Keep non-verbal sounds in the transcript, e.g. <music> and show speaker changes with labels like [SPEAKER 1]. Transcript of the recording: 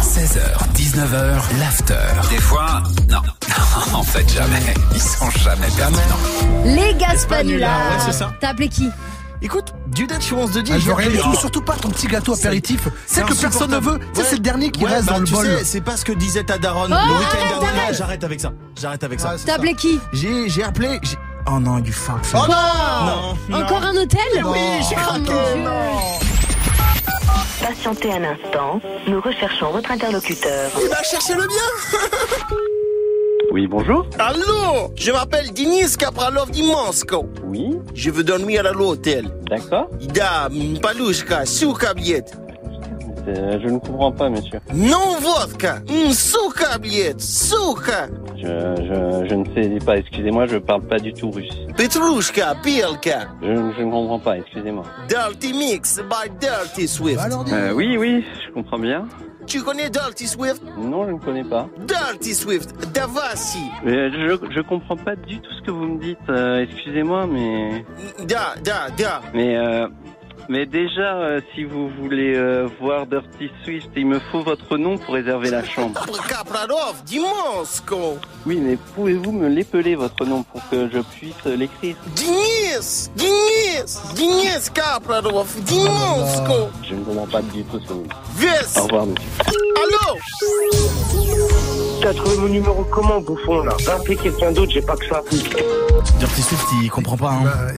[SPEAKER 1] 16h, 19h, l'after.
[SPEAKER 2] Des fois, non. <laughs> en fait, jamais. Ils sont jamais pertinents.
[SPEAKER 3] Les Gaspanulas.
[SPEAKER 4] Gaspanulas, ouais, c'est ça.
[SPEAKER 3] T'as appelé qui
[SPEAKER 4] Écoute, du d'assurance de
[SPEAKER 1] Ah,
[SPEAKER 4] dire,
[SPEAKER 1] je
[SPEAKER 4] j'aurais
[SPEAKER 1] réponds surtout pas ton petit gâteau apéritif. C'est que personne ne veut. Tu sais, C'est le dernier qui reste dans le
[SPEAKER 4] bah, tu
[SPEAKER 1] bol.
[SPEAKER 4] Sais, c'est pas ce que disait ta daronne
[SPEAKER 3] Oh,
[SPEAKER 4] le week-end
[SPEAKER 3] arrête,
[SPEAKER 4] dernier. Ah,
[SPEAKER 3] arrête.
[SPEAKER 4] J'arrête avec ça. J'arrête avec
[SPEAKER 1] Ah,
[SPEAKER 4] ça.
[SPEAKER 1] c'est
[SPEAKER 3] T'as
[SPEAKER 1] ça.
[SPEAKER 3] appelé qui
[SPEAKER 1] J'ai j'ai appelé. j'ai- Oh non, du fuck.
[SPEAKER 4] Oh non,
[SPEAKER 3] Encore un hôtel Oh,
[SPEAKER 4] Oui, j'ai craqué.
[SPEAKER 5] Patientez un instant, nous recherchons votre interlocuteur.
[SPEAKER 4] Il va chercher le bien.
[SPEAKER 6] Oui, bonjour.
[SPEAKER 4] Allô, je m'appelle Denis Kapralov Dimansko.
[SPEAKER 6] Oui,
[SPEAKER 4] Je veux dormir à l'hôtel.
[SPEAKER 6] d'accord.
[SPEAKER 4] Da palushka, souka biet.
[SPEAKER 6] Euh, je ne comprends pas, monsieur.
[SPEAKER 4] Non vodka, souka biet, souka.
[SPEAKER 6] Je, je, je ne sais pas, excusez-moi, je parle pas du tout russe.
[SPEAKER 4] Petrushka, pilka.
[SPEAKER 6] Je, je ne comprends pas, excusez-moi.
[SPEAKER 4] Dirty mix by Dirty Swift.
[SPEAKER 1] Bah,
[SPEAKER 6] Euh, oui, oui, je comprends bien.
[SPEAKER 4] Tu connais Dirty Swift
[SPEAKER 6] Non, je ne connais pas.
[SPEAKER 4] Dirty Swift, Davasi.
[SPEAKER 6] Mais je, je comprends pas du tout ce que vous me dites. euh, excusez-moi, mais...
[SPEAKER 4] Da, da, da.
[SPEAKER 6] Mais, euh, mais déjà, euh, si vous voulez euh, voir Dirty Swift, il me faut votre nom pour réserver la chambre.
[SPEAKER 4] Kapralov, Dimonsko,
[SPEAKER 6] Oui, mais pouvez-vous me l'épeler, votre nom, pour que je puisse l'écrire
[SPEAKER 4] Dinis, Dinis, Dinis Kapralov, Dimonsko.
[SPEAKER 6] Je ne comprends pas du tout ce que vous me dites.
[SPEAKER 4] Yes,
[SPEAKER 6] Au revoir, monsieur.
[SPEAKER 4] allô
[SPEAKER 7] T'as trouvé mon numéro comment, bouffon, là Rappelez quelqu'un d'autre, j'ai pas que ça.
[SPEAKER 1] Dirty Swift, Oh. il comprend pas. hein.